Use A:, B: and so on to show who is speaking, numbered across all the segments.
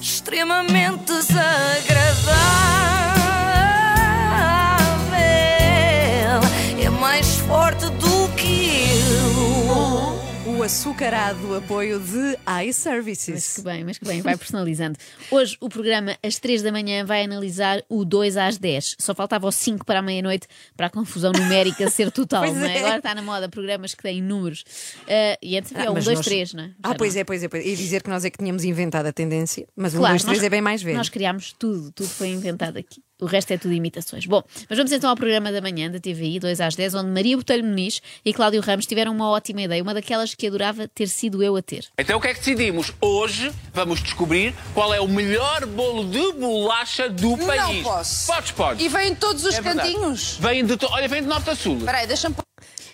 A: extremamente desagradável. É mais forte do que eu.
B: O açucarado apoio de
C: Mas que
B: iServices.
C: bem, mas que bem, vai personalizando. Hoje o programa às 3 da manhã vai analisar o 2 às 10. Só faltava o 5 para a meia-noite para a confusão numérica ser total,
B: Pois
C: não é?
B: é.
C: Agora está na moda programas que têm números. Ah, e antes havia
B: Ah,
C: 1,
B: mas
C: 2,
B: nós-
C: 3, não é?
B: Ah, pois é, pois é, pois é. E dizer que nós é que tínhamos inventado a tendência, mas o 1, 2, 3 é bem mais velho.
C: Nós criámos tudo, tudo foi inventado aqui. O resto é tudo imitações. Bom, mas vamos então ao programa da manhã da TVI, 2 às 10, onde Maria Botelho Muniz e Cláudio Ramos tiveram uma ótima ideia, uma daquelas que adorava ter sido eu a ter.
D: Então o que é que decidimos? Hoje vamos descobrir qual é o melhor bolo de bolacha do
E: Não
D: país.
E: posso.
D: Podes, podes.
E: E vem de todos os
D: É verdade.
E: cantinhos.
D: Vem de to... Olha, vem de norte a sul.
E: Espera aí, deixa-me.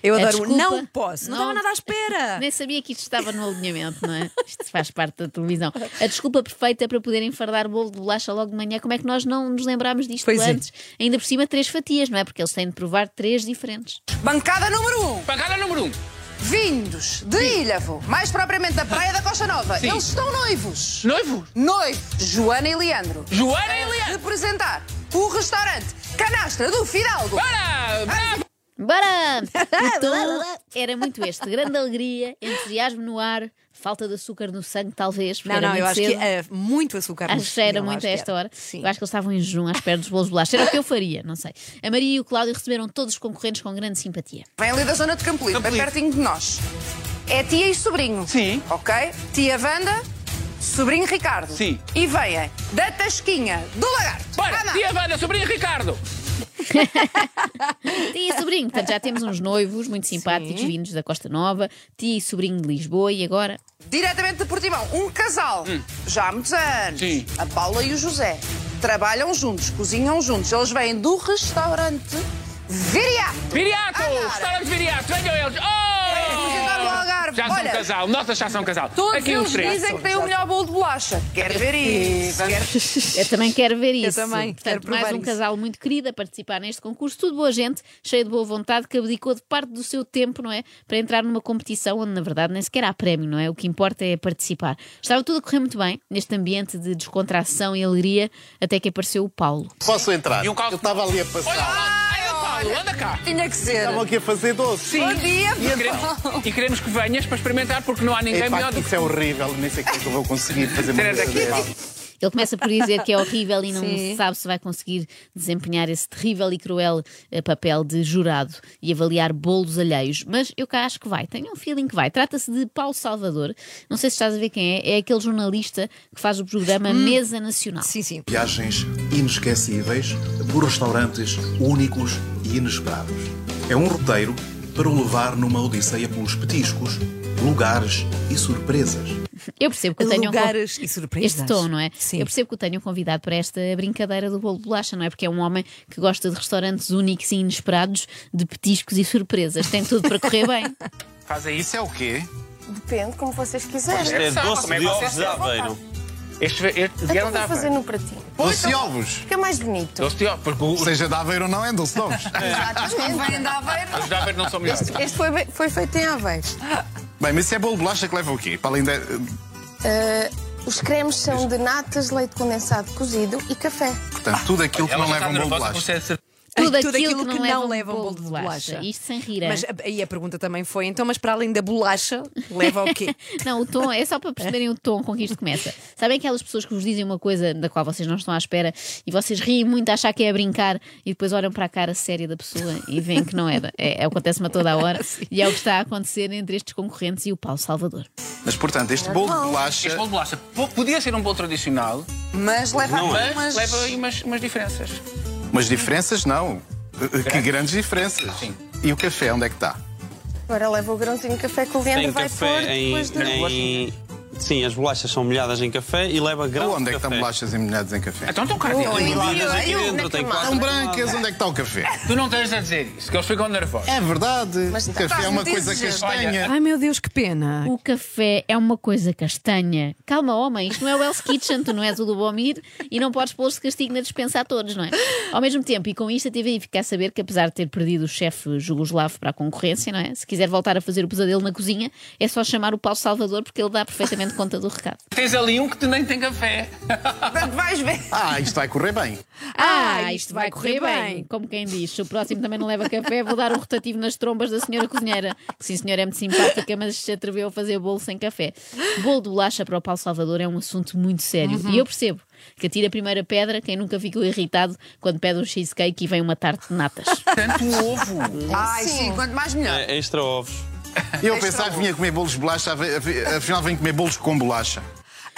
B: Eu
C: A
B: adoro. o
C: desculpa-
B: Não posso, não estava nada à espera.
C: Nem sabia que isto estava no alinhamento, não é? Isto faz parte da televisão. A desculpa perfeita é para poderem fardar bolo de bolacha logo de manhã, como é que nós não nos lembrámos disto
B: Pois é.
C: antes? Ainda por cima, três fatias, não é? Porque eles têm de provar três diferentes.
E: Bancada número 1. Um.
D: Pancada número 1. Um.
E: Vindos de Ilhavo, mais propriamente da Praia da Costa Nova.
D: Sim.
E: Eles estão noivos.
D: Noivo.
E: Noivos. Joana e Leandro.
D: Joana
E: A
D: e Leandro.
E: Representar o restaurante Canastra do Fidalgo.
D: Para! Bravo!
C: Bora! O tom era muito este. Grande alegria, entusiasmo no ar, falta de açúcar no sangue, talvez. porque
B: Não,
C: era
B: não,
C: muito
B: eu acho que
C: cedo.
B: é muito açúcar.
C: Acho que era muito a esta hora.
B: é. Sim.
C: Eu acho que eles estavam em jejum à espera dos bolos de bolacha. Era o que eu faria, não sei. A Maria e o Cláudio receberam todos os concorrentes com grande simpatia.
E: Vem ali da zona de Campolide, bem
D: Campolide.
E: pertinho de nós. É tia e sobrinho.
D: Sim.
E: Ok? Tia Wanda, sobrinho Ricardo.
D: Sim.
E: E vêm da Tasquinha, do Lagarto.
D: Bora!
E: Ana.
D: Tia Vanda, sobrinha Ricardo.
C: Tia e sobrinho, portanto já temos uns noivos muito simpáticos, vindos da Costa Nova, tia e sobrinho de Lisboa e agora.
E: Diretamente de Portimão, um casal, já há muitos anos.
D: Sim.
E: A Paula e o José. Trabalham juntos, cozinham juntos. Eles vêm do restaurante Viriato.
D: Viriato!
E: Agora.
D: Restaurante Viriato. Venham eles.
E: É,
D: Oh!
E: Apresentar o Algarve.
D: Já são
E: Olha,
D: casal. Notas já são casal.
E: Todos
D: Aqui
E: eles
D: os três.
E: dizem que tem o melhor bolo de bolacha. Quer ver isso? Quer...
C: Eu também quero ver isso.
B: também,
C: Portanto,
B: quero provar
C: mais um
B: isso.
C: casal muito querido a participar neste concurso, tudo boa gente, cheio de boa vontade, que abdicou de parte do seu tempo, não é? Para entrar numa competição onde na verdade nem sequer há prémio, não é? O que importa é participar. Estava tudo a correr muito bem, neste ambiente de descontração e alegria, até que apareceu o Paulo.
F: Posso entrar?
D: E um caldo-
F: Eu estava ali a passar.
D: Olha, olha,
E: Ai,
D: olha, Paulo, anda cá.
E: Tinha que ser.
F: Estavam aqui a fazer doce. Sim.
E: Bom dia,
F: E então?
D: Queremos- E queremos que venhas para experimentar, porque não há ninguém
F: Epá,
D: melhor do
F: isso
D: que
F: é horrível, nem sei como é que eu vou conseguir fazer uma
D: Tira
F: coisa
D: daqui.
F: dessas.
C: Ele começa por dizer que é horrível e não
B: Sim.
C: sabe se vai conseguir desempenhar esse terrível e cruel eh, papel de jurado e avaliar bolos alheios. Mas eu cá acho que vai, tenho um feeling que vai. Trata-se de Paulo Salvador, não sei se estás a ver quem é, é aquele jornalista que faz o programa Mesa Nacional.
B: Hum. Sim, sim.
G: Viagens inesquecíveis por restaurantes únicos e inesperados. É um roteiro para o levar numa odisseia pelos petiscos, lugares e surpresas.
C: Eu percebo que eu tenho um
B: Lugares
C: con-
B: e surpresas.
C: Este tom, não é?
B: Sim.
C: Eu percebo que eu tenho um convidado para esta brincadeira do bolo de bolacha, não é? Porque é um homem que gosta de restaurantes únicos e inesperados, de petiscos e surpresas. Tem tudo para correr bem.
D: Faz aí.
F: Isso é o quê?
H: Depende, como vocês quiserem.
D: É doce
H: de ovos de aveiro.
D: Este, este
H: Então
D: vieram
H: vou
D: da
H: fazer
D: Aveiro.
H: no pratinho.
F: Doce de ovos.
H: Fica mais bonito.
D: Doce de ovos, porque os-
F: Seja de aveiro ou não, é doce de ovos.
E: Vem de Aveiro.
D: os de Aveiro não são melhores.
H: Este foi, bem- foi feito em Aveiro.
F: Bem, mas isso é bolo de bolacha que leva o quê? Para além da...
H: Os cremes são de natas, leite condensado cozido e café.
F: Portanto, tudo aquilo que
D: Ela
F: não
D: já
F: leva
D: está
F: um bolo de
D: nervosa por
F: bolacha.
D: ser ser-
C: tudo,
B: Tudo
C: aquilo que não, leva um bolo de
B: bolacha.
C: bolacha. Isto sem rir. é?
B: Mas aí a pergunta também foi: então, mas para além da bolacha, leva o quê?
C: Não, o tom é só para perceberem o tom com que isto começa. Sabem aquelas pessoas que vos dizem uma coisa da qual vocês não estão à espera e vocês riem muito, a achar que é a brincar e depois olham para a cara séria da pessoa e veem que não era. É, é, acontece-me a toda a hora e é o que está a acontecer entre estes concorrentes e o Paulo Salvador.
F: Mas, portanto, este bolo de bolacha...
D: Este bolo de bolacha po- podia ser um bolo tradicional,
E: Mas leva
D: mas
E: algumas.
D: leva aí umas, umas diferenças.
F: Mas diferenças, não. Eh, Que grandes diferenças.
D: Sim.
F: E o café, onde é que está?
H: Agora leva o grãozinho de café que o Leandro
I: Tem
H: vai
I: café
H: pôr
I: em,
H: depois do...
I: em- Sim, as bolachas são molhadas em café e leva grão
F: Onde é que
I: de
F: estão
I: café.
F: bolachas emmelhadas em café?
D: Então estão cá dentro.
E: Oi,
D: Não
E: lá.
D: digas aqui
E: Oi,
D: dentro.
E: onde
I: tem
E: é que
I: quatro
F: Estão brancas, onde é que está o café?
D: Tu não tens a dizer isso, que eles ficam nervosos.
F: É verdade. o café é uma
E: desse
F: coisa
E: jeito.
F: castanha.
B: Ai meu Deus, que pena.
C: O café é uma coisa castanha. Calma, homem, isto não é o Hell's Kitchen, tu não és o Lubomir e não podes pôr-se castigo na dispensa a todos, não é? Ao mesmo tempo, e com isto a TVI fica a saber que, apesar de ter perdido o chefe jugoslavo para a concorrência, não é? Se quiser voltar a fazer o pesadelo na cozinha, é só chamar o Paulo Salvador porque ele dá perfeitamente dando conta do recado.
D: Tens ali um que te nem tem café.
E: Portanto, vais ver.
F: Ah, isto vai correr bem.
C: Ah, isto vai correr bem. Como quem diz, se o próximo também não leva café, vou dar um rotativo nas trombas da senhora cozinheira. Que sim, senhora, é muito simpática, mas se atreveu a fazer bolo sem café. Bolo de bolacha para o Paulo Salvador é um assunto muito sério. E eu percebo que atira a primeira pedra quem nunca ficou irritado quando pede um cheesecake e vem uma tarte de natas.
D: Tanto ovo.
E: Ai, sim. quanto mais melhor.
I: É extra ovos.
F: Eu pensava que vinha comer bolos de bolacha, af- afinal vem comer bolos com bolacha.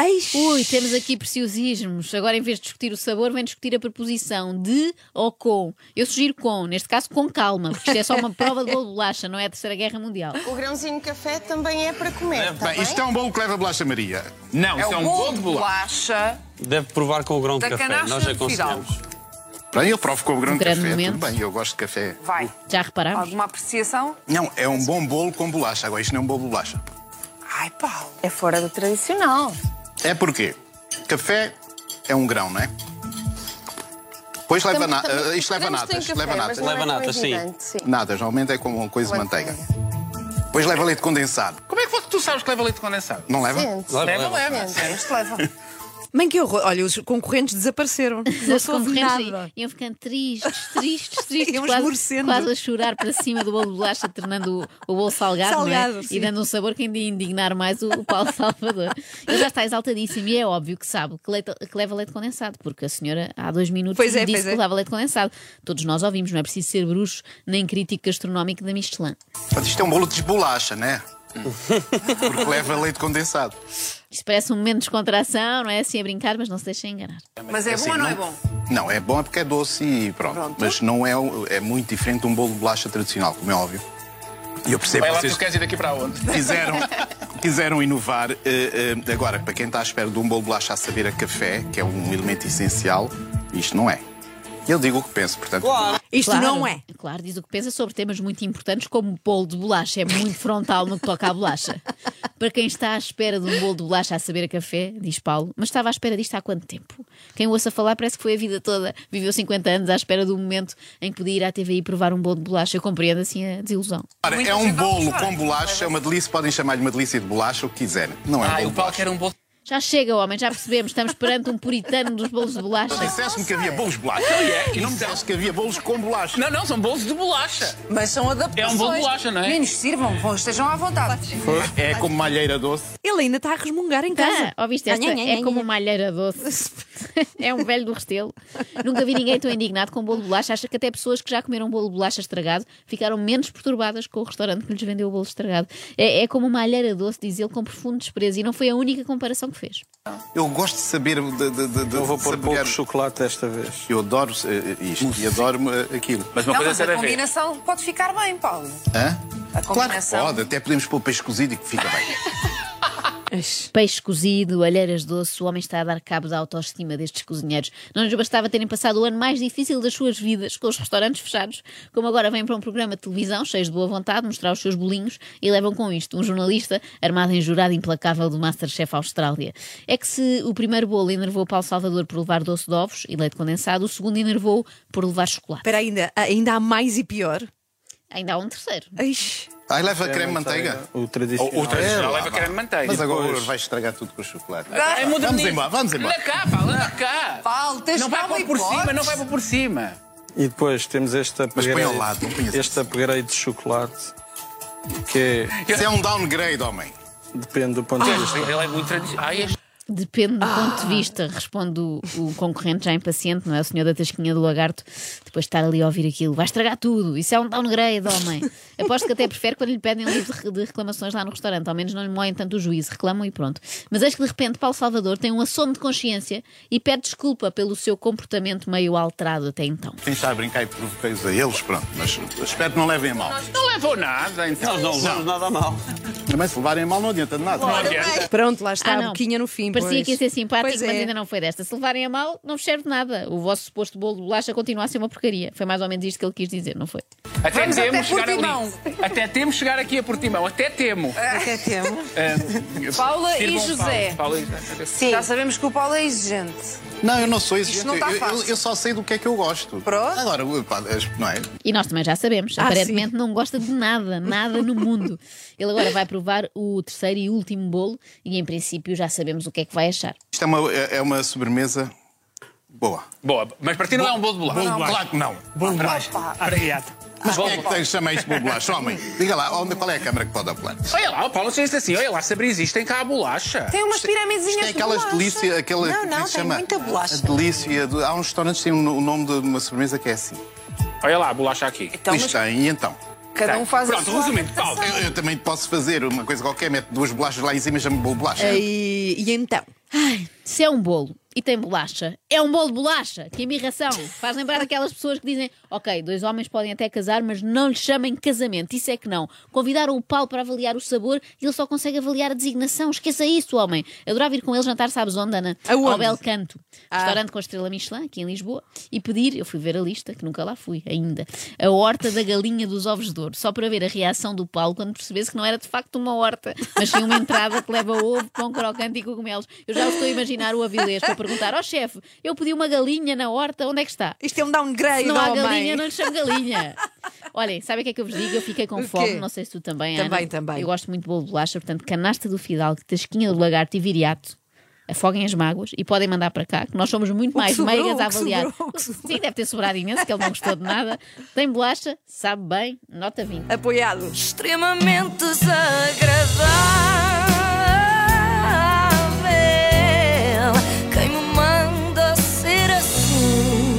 B: Eish.
C: Ui, temos aqui preciosismos. Agora, em vez de discutir o sabor, vem discutir a preposição de ou com. Eu sugiro com, neste caso com calma, porque isto é só uma prova de bolo de bolacha, não é a Terceira Guerra Mundial.
H: O grãozinho de café também é para comer, tá
F: Bem, isto é um bolo que leva bolacha Maria.
D: Não,
E: É
D: isso é
E: o
D: um
E: bolo
D: bolo
E: de
D: de bolacha.
E: bolacha
I: Deve provar com o grão de
E: da
I: café. Nós
E: canastra de Fidalgo.
I: aconselhamos.
F: Bem, eu provo com o grão de
C: grande
F: café.
C: momento.
F: Tudo bem, eu gosto de café.
E: Vai.
C: Já reparámos?
E: Alguma apreciação?
F: Não, é um bom bolo com bolacha. Agora, isto não é um bolo de bolacha.
E: Ai, Paulo.
I: um
H: É fora do tradicional.
F: É porque café é um grão, não é? Depois leva na, eh, isto leva natas. Leva natas.
H: é
I: Leva natas, sim.
F: Natas, normalmente é com coisa de é manteiga. Depois leva leite condensado.
D: Como é que tu sabes que leva leite condensado?
F: Não leva?
H: Sente.
I: Leva,
D: Leva,
I: leva.
C: É,
D: leva.
E: Este leva.
B: Bem que horror. Olha, os concorrentes desapareceram. Não
C: Os
B: se ouve
C: concorrentes
B: nada.
C: iam ficando tristes, tristes, tristes,
B: Iam
C: quase,
B: esmorecendo.
C: quase a chorar para cima do bolo de bolacha, tornando o, o bolo salgado, não é?
B: Salgado,
C: e
B: sim.
C: dando um sabor que ainda ia indignar mais o, o Paulo Salvador. Ele já está exaltadíssimo e é óbvio que sabe que, leite- que leva leite condensado, porque a senhora há dois minutos
B: Pois é,
C: disse
B: pois é.
C: que leva leite condensado. Todos nós ouvimos, não é preciso ser bruxo nem crítico gastronómico da Michelin.
F: Portanto, isto é um bolo de bolacha, não é? Porque leva leite condensado.
C: Isto parece um momento de descontração, não é assim a brincar, mas não se deixem enganar.
E: Mas é
F: Assim,
E: bom ou não é bom?
F: Não, é bom porque é doce e pronto.
E: Pronto.
F: Mas não é, o- é muito diferente de um bolo de bolacha tradicional, como é óbvio. E eu percebo
D: Vai
F: que
D: lá,
F: vocês
D: tu queres ir daqui para onde?
F: quiseram, quiseram inovar. eh, eh, agora, para quem está à espera de um bolo de bolacha a saber a café, que é um elemento essencial, isto não é. Eu digo o que penso, portanto.
I: Claro.
B: Isto não é.
C: Claro, diz o que pensa sobre temas muito importantes como bolo de bolacha. É muito frontal no que toca à bolacha. Para quem está à espera de um bolo de bolacha a saber a café, diz Paulo, mas estava à espera disto há quanto tempo? Quem o ouça falar parece que foi a vida toda. Viveu 50 anos à espera do momento em que podia ir à TVI provar um bolo de bolacha. Eu compreendo assim a desilusão.
F: Ora,
E: Muita
F: é um
E: gente vai
F: bolo
E: gostar.
F: com bolacha, é uma delícia, podem chamar-lhe uma delícia de bolacha, o que quiserem. Não é um
D: Ah,
F: bolo
D: o Paulo
F: de bolacha.
D: quer um bolo.
C: Já chega, homem, já percebemos. Estamos perante um puritano dos bolos de bolacha.
F: Tu disseste-me que havia bolos de bolacha.
D: é.
F: E não me disseste que havia bolos com bolacha.
D: Não, não, são bolos de bolacha.
E: Mas são adaptações.
D: É um bolo de bolacha, não é?
E: Meninos, sirvam, vão, estejam à vontade. Então,
F: É como malheira doce.
B: Ele ainda está a resmungar em casa.
C: Tá, ouviste esta?
B: Nhan, nhan,
C: É
B: nhan,
C: como
B: nhan.
C: uma alheira doce. é um velho do restelo. Nunca vi ninguém tão indignado com um bolo de bolacha. Acho que até pessoas que já comeram bolo de bolacha estragado ficaram menos perturbadas com o restaurante que lhes vendeu o bolo estragado. É, é como uma alheira doce, diz ele, com profundo desprezo. E não foi a única comparação que fez.
F: Eu gosto de saber. De, de, de, de
I: Eu vou pôr pouco
F: saborear.
I: chocolate desta vez.
F: Eu adoro eh, isto e adoro eh, aquilo.
D: Mas uma
E: Não,
D: coisa é
E: mas a
D: será ver.
E: combinação pode ficar bem, Paulo.
F: Hã?
E: A
F: Claro que
E: combinação.
F: pode, até podemos pôr peixe cozido e que fica bem.
C: Peixe cozido, alheiras doce, o homem está a dar cabo da autoestima destes cozinheiros. Não lhes bastava terem passado o ano mais difícil das suas vidas com os restaurantes fechados, como agora vêm para um programa de televisão cheios de boa vontade mostrar os seus bolinhos e levam com isto um jornalista armado em jurado implacável do Masterchef Austrália. É que se o primeiro bolo enervou Paulo Salvador por levar doce de ovos e leite condensado, o segundo enervou por levar chocolate.
B: Espera, ainda, ainda há mais e pior.
C: Ainda há um terceiro.
B: Eish.
F: Aí Ah, leva creme de manteiga.
I: O tradicional.
D: É, O tradicional
F: É, lá,
D: leva
F: vá.
D: creme de manteiga.
F: Mas agora
I: Depois-
F: vai estragar tudo com chocolate.
D: É
F: vamos
D: modernismo.
F: embora, vamos embora.
D: Anda cá, Paulo, anda cá.
E: Paulo, tens
D: Não
E: que
D: vai
E: dar uma
D: pôr por
E: hipótese.
D: cima, não vai pôr por cima.
I: E depois temos este
F: põe
I: upgrade.
F: ao lado, não põe assim.
I: este upgrade de chocolate. Que é-
F: Isso é um downgrade, homem.
I: depende do ponto de vista.
D: Ele é muito tradicional. Ai, este
C: Depende do
B: Ah.
C: ponto de vista, responde o, o concorrente já impaciente, não é? O senhor da Tasquinha do Lagarto, depois de estar ali a ouvir aquilo, vai estragar tudo, isso é um downgrade, homem. Aposto que até prefere quando lhe pedem um livro de re- de reclamações lá no restaurante, ao menos não lhe moem tanto o juízo, reclamam e pronto. Mas acho que de repente Paulo Salvador tem um assomo de consciência e pede desculpa pelo seu comportamento meio alterado até então.
F: Quem está a brincar e provoquei-os a eles, pronto. Mas espero que não levem a mal.
D: Não levou nada, então.
I: Nós não levamos nada a mal.
F: Também se levarem a mal não adianta de nada.
D: Não adianta.
B: Pronto, lá está
C: Ah,
B: a
C: não.
B: um boquinha no fim.
C: Parecia
B: pois.
C: que ia ser simpático,
B: Pois
C: mas
B: é.
C: ainda não foi desta. Se levarem a mal, não vos serve de nada. O vosso suposto bolo de bolacha continua a ser uma porcaria. Foi mais ou menos isto que ele quis dizer, não foi?
D: Até
E: Vamos até
D: temos chegar
E: Portimão.
D: ali. Até temos chegar aqui a Portimão. Até temo.
E: Até temos.
D: Ah,
E: Paula e
D: Sirvam Paulo.
E: José.
D: Paula e José.
E: Sim. Já sabemos que o Paulo é exigente.
F: Não, eu não sou exigente.
E: não está
F: Eu- eu,
E: fácil.
F: eu só sei do que é que eu gosto.
E: Pronto.
F: Agora, pá, não é?
C: E nós também já sabemos,
B: Ah,
C: aparentemente não gosta de nada, nada no mundo. Ele agora vai provar provar o terceiro e último bolo e, em princípio, já sabemos o que é que vai achar.
F: Isto é uma, é é uma sobremesa boa.
D: Boa, mas para ti não é um bolo de bolacha.
F: Bolo de bolacha. Claro que não.
J: Bom demais. Obrigado.
F: Mas quem é que tem, chama isto de bolacha, homem? Diga lá, onde, qual é a câmara que pode apelar?
D: Olha lá, o Paulo disse assim: olha lá, Sabrina, existem cá a bolacha.
E: Tem umas piramidezinhas
F: Tem aquelas
E: de bolacha.
F: delícias, aquela
E: Não, não,
F: que
E: tem
F: se chama
E: muita
F: a
E: bolacha.
F: delícia. do- há uns restaurantes que têm um- o nome de uma sobremesa que é assim.
D: Olha lá, a bolacha aqui. Tá.
E: Então,
F: Isto
E: mas
F: tem, e então?
E: cada um faz a
D: Pronto,
E: sua
D: resumindo, Paulo.
F: Eu, eu também posso fazer uma coisa qualquer, meto duas bolachas lá em cima e chamo bolo de bolacha.
E: É
B: E, e então?
C: Ai, se é um bolo e tem bolacha, é um bolo de bolacha. Que amirração. Faz lembrar aquelas pessoas que dizem: Ok, dois homens podem até casar, mas não lhe chamem casamento. Isso é que não. Convidaram o Paulo para avaliar o sabor e ele só consegue avaliar a designação. Esqueça isso, homem. Eu Adorava ir com ele jantar, sabes onde, Ana?
B: Aonde? Ah.
C: Ao Bel Canto. Restaurante com estrela Michelin, aqui em Lisboa. E pedir, eu fui ver a lista, que nunca lá fui ainda, a horta da galinha dos ovos de ouro. Só para ver a reação do Paulo quando percebesse que não era de facto uma horta, mas sim uma entrada que leva ovo, pão crocante e cogumelos. Eu já estou a imaginar o avilés para perguntar: ó chefe, eu pedi uma galinha na horta, onde é que está?
B: Isto é um downgrade,
C: Se não há
B: homem.
C: galinha, não lhe chamo galinha. Olhem, sabem o que é que eu vos digo? Eu fiquei com
B: O quê?
C: fome, não sei se tu também, Ana.
B: Também, também.
C: Eu gosto muito de bolo de bolacha, portanto, canasta do fidalgo, tasquinha do lagarto e viriato. Afoguem as mágoas e podem mandar para cá, que nós somos muito mais
B: sobrou,
C: meigas a
B: o que
C: avaliar.
B: sobrou, o que sobrou.
C: Sim, deve ter sobrado imenso, que ele não gostou de nada. Tem bolacha, sabe bem, nota 20.
B: Apoiado.
A: extremamente desagradável. Quem me manda ser assim?